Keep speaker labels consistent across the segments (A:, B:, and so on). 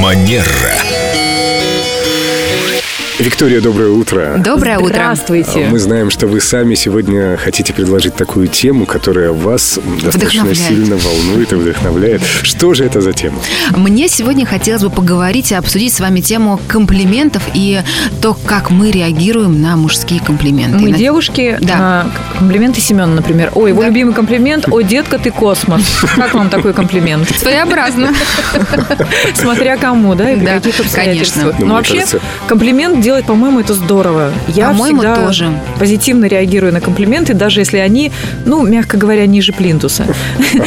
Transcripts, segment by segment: A: Премьера.
B: Виктория, доброе утро.
C: Доброе утро.
D: Здравствуйте.
B: Мы знаем, что вы сами сегодня хотите предложить такую тему, которая вас достаточно
C: Вдохновляет.
B: сильно волнует и вдохновляет. Что же это за тема?
C: Мне сегодня хотелось бы поговорить и обсудить с вами тему комплиментов и то, как мы реагируем на мужские комплименты. И
D: Мы
C: на-
D: девушки,
C: Да.
D: а, комплименты Семена, например. Ой, его
C: Да.
D: любимый комплимент, о, детка, ты космос. Как вам такой комплимент?
C: Своеобразно.
D: Смотря кому, да, и при
C: Да,
D: каких
C: конечно.
D: обстоятельствах.
B: Ну,
D: Но
B: мне
D: вообще,
B: кажется-
D: комплимент делать, по-моему, это здорово. Я
C: По-моему,
D: всегда
C: тоже.
D: позитивно реагирую на комплименты, даже если они, ну, мягко говоря, ниже плинтуса.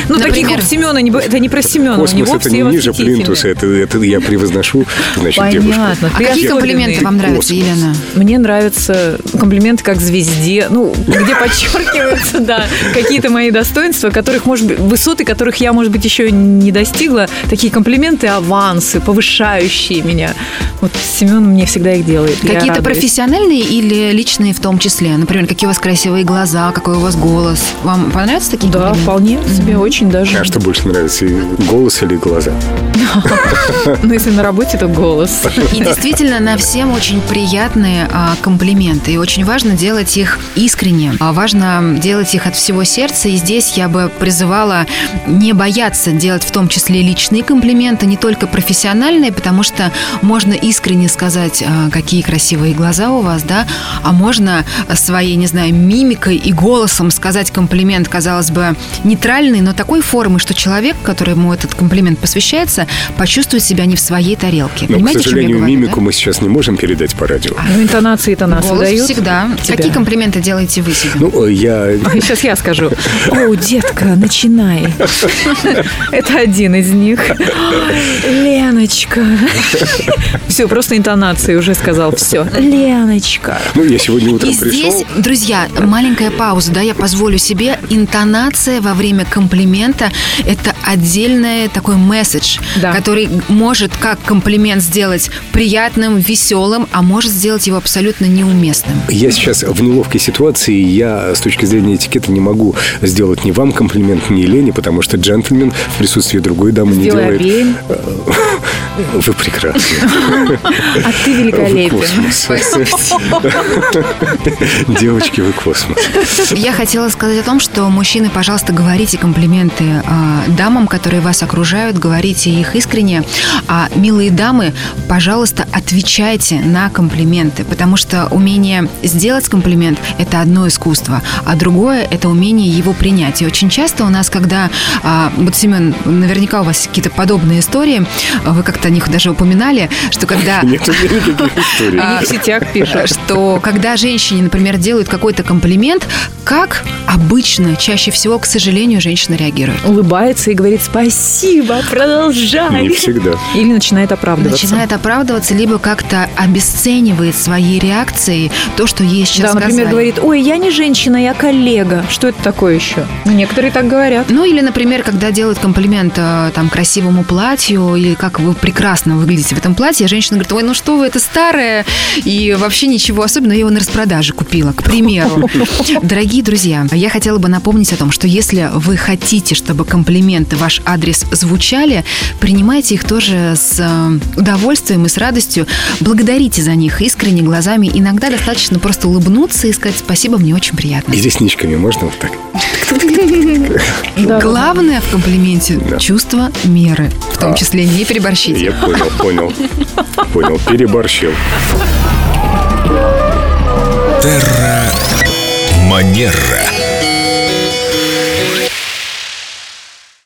D: Ну, таких
C: Например?
D: как Семена, не бо- это не про
C: А, ну,
D: Семена, у
B: Космос
D: него
B: это не
D: все
B: ниже
D: восхитительные.
B: плинтуса, это, это я превозношу, значит, девушку.
D: Понятно.
C: А
D: ты
C: какие
D: особенный.
C: комплименты вам нравятся,
B: Господи.
C: Елена?
D: Мне нравятся комплименты как звезде, ну, где подчеркиваются, да, какие-то мои достоинства, которых, может быть, высоты, которых я, может быть, еще не достигла. Такие комплименты, авансы, повышающие меня. Вот Семен мне всегда их делает. Я
C: Какие-то
D: радуюсь.
C: профессиональные или личные в том числе? Например, какие у вас красивые глаза, какой у вас голос? Вам понравятся такие
D: Да,
C: комплименты?
D: вполне себе, очень даже.
B: А что больше нравится, голос или глаза?
D: Ну, если на работе, то голос.
C: И действительно, на всем очень приятные а, комплименты. И очень важно делать их искренне. А важно делать их от всего сердца. И здесь я бы призывала не бояться делать в том числе личные комплименты, не только профессиональные, потому что можно искренне сказать, а, какие красивые глаза у вас, да, а можно своей, не знаю, мимикой и голосом сказать комплимент, казалось бы, нейтральный, но такой формы, что человек, которому этот комплимент посвящается, почувствует себя не в своей тарелке.
B: Но, Ну, к
C: Понимаете, о чем я
B: сожалению,
C: говорю,
B: мимику
C: да? А.
B: мы сейчас не можем передать по радио.
D: Ну, интонации-то нас
C: Голос
D: выдают.
C: всегда.
D: тебя.
C: Какие комплименты делаете вы себе?
B: Ну, э, я...
D: Сейчас я скажу. О, детка, начинай. Это один из них. Ой, Леночка. Все, просто интонации уже сказал. Все. Леночка.
B: Ну, я сегодня утром
C: И
B: пришел.
C: здесь, друзья, маленькая пауза, да, я позволю себе. Интонация во время комплимента – это отдельный такой месседж,
D: Да.
C: который может как комплимент сделать приятным, веселым, а может сделать его абсолютно неуместным.
B: Я сейчас в неловкой ситуации, я с точки зрения этикета не могу сделать ни вам комплимент, ни Лене, потому что джентльмен в присутствии другой дамы
D: Сделай
B: не делает.
D: обеим.
B: Вы прекрасны.
D: А ты
B: Вы
D: великолепен.
B: космос. Девочки, вы космос.
C: Я хотела сказать о том, что мужчины, пожалуйста, говорите комплименты а, дамам, которые вас окружают, говорите их искренне. А милые дамы, пожалуйста, отвечайте на комплименты, потому что умение сделать комплимент – это одно искусство, а другое – это умение его принять. И очень часто у нас, когда, а, вот, Семен, наверняка у вас какие-то подобные истории, а, вы как-то о них даже упоминали, что когда…
B: Нет у меня никаких историй.
C: А,
D: Они в сетях пишут.
C: что когда женщине, например, делают какой-то комплимент, как обычно, чаще всего, к сожалению, женщина реагирует.
D: Улыбается и говорит «Спасибо,
B: Не
D: продолжай».
B: всегда.
D: Или начинает оправдываться.
C: Начинает оправдываться, либо как-то обесценивает своей реакцией то, что ей сейчас
D: Да, например,
C: сказали.
D: говорит «Ой, я не женщина, я коллега». Что это такое еще? Ну, Некоторые так говорят.
C: Ну или, например, когда делают комплимент э, там красивому платью или как вы прекрасно выглядите в этом платье, женщина говорит, ой, ну что вы, это старое и вообще ничего особенного, я его на распродаже купила, к примеру. Дорогие друзья, я хотела бы напомнить о том, что если вы хотите, чтобы комплименты в ваш адрес звучали, принимайте их тоже с э, удовольствием и с радостью, благодарите за них искренне глазами, иногда достаточно просто улыбнуться и сказать спасибо, мне очень приятно.
B: И ресничками можно вот так?
D: Да.
C: Главное в комплименте
B: Да.
C: чувство меры, в том числе не переборщите.
B: Я понял, понял. Понял, переборщил.
A: Манера.